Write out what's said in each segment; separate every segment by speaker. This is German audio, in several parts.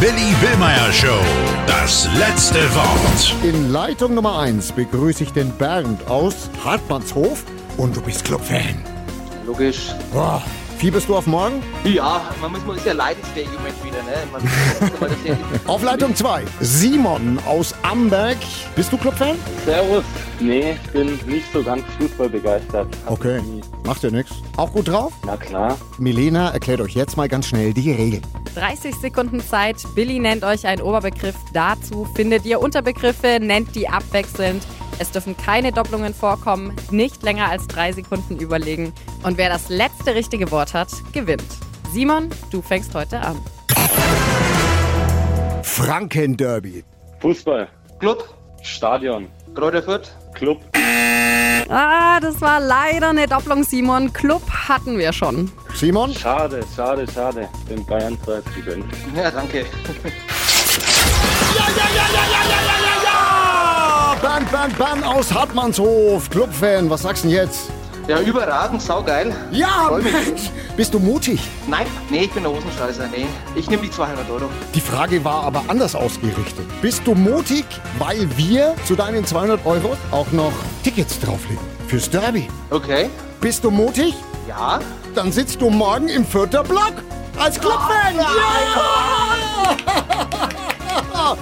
Speaker 1: Willi Willmeier Show. Das letzte Wort.
Speaker 2: In Leitung Nummer 1 begrüße ich den Bernd aus Hartmannshof. Und du bist Clubfan.
Speaker 3: Logisch.
Speaker 2: Boah, fieberst du auf morgen?
Speaker 3: Ja, man muss man ist ja leidensfähig im Moment wieder, ne? Man muss man das ja nicht-
Speaker 2: Auf Leitung 2, Simon aus Amberg. Bist du Clubfan?
Speaker 4: Servus. Nee, ich bin nicht so ganz Fußball begeistert.
Speaker 2: Okay, macht ja nichts. Auch gut drauf?
Speaker 4: Na klar.
Speaker 2: Milena erklärt euch jetzt mal ganz schnell die Regeln.
Speaker 5: 30 Sekunden Zeit. Billy nennt euch einen Oberbegriff. Dazu findet ihr Unterbegriffe, nennt die abwechselnd. Es dürfen keine Doppelungen vorkommen. Nicht länger als drei Sekunden überlegen. Und wer das letzte richtige Wort hat, gewinnt. Simon, du fängst heute an.
Speaker 2: Franken-Derby.
Speaker 4: Fußball,
Speaker 3: Club,
Speaker 4: Stadion,
Speaker 3: Kräuter Fürth,
Speaker 4: Club.
Speaker 5: Ah, das war leider eine Doppelung, Simon. Club hatten wir schon.
Speaker 2: Simon?
Speaker 4: Schade, schade, schade. Den Bayern 3 gegönnt.
Speaker 3: Ja, danke.
Speaker 2: Bam, bam, bam aus Hartmannshof. Clubfan, was sagst du denn jetzt?
Speaker 3: Ja, überragend, saugeil.
Speaker 2: Ja,
Speaker 3: Freu mich.
Speaker 2: Mensch, bist du mutig?
Speaker 3: Nein, nee, ich bin der Hosenscheißer, nee. Ich nehme die 200 Euro.
Speaker 2: Die Frage war aber anders ausgerichtet. Bist du mutig, weil wir zu deinen 200 Euro auch noch Tickets drauflegen fürs Derby?
Speaker 3: Okay.
Speaker 2: Bist du mutig?
Speaker 3: Ja,
Speaker 2: Dann sitzt du morgen im vierten Block als Clubfan. Ja!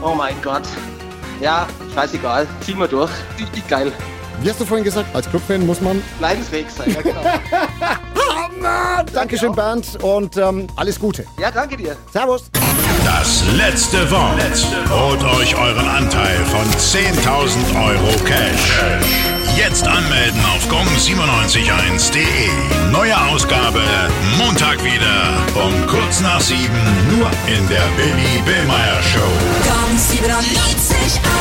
Speaker 3: oh mein Gott. Ja, scheißegal. Ziehen wir durch. Richtig geil.
Speaker 2: Wie hast du vorhin gesagt, als Clubfan muss man...
Speaker 3: Leidensfähig sein, ja genau.
Speaker 2: Dankeschön, Bernd, und ähm, alles Gute.
Speaker 3: Ja, danke dir.
Speaker 2: Servus.
Speaker 1: Das letzte Wort. Holt euch euren Anteil von 10.000 Euro Cash. Jetzt anmelden auf gong971.de. Neue Ausgabe Montag wieder um kurz nach sieben nur in der Willi Willmeier Show.
Speaker 6: Gong 97.1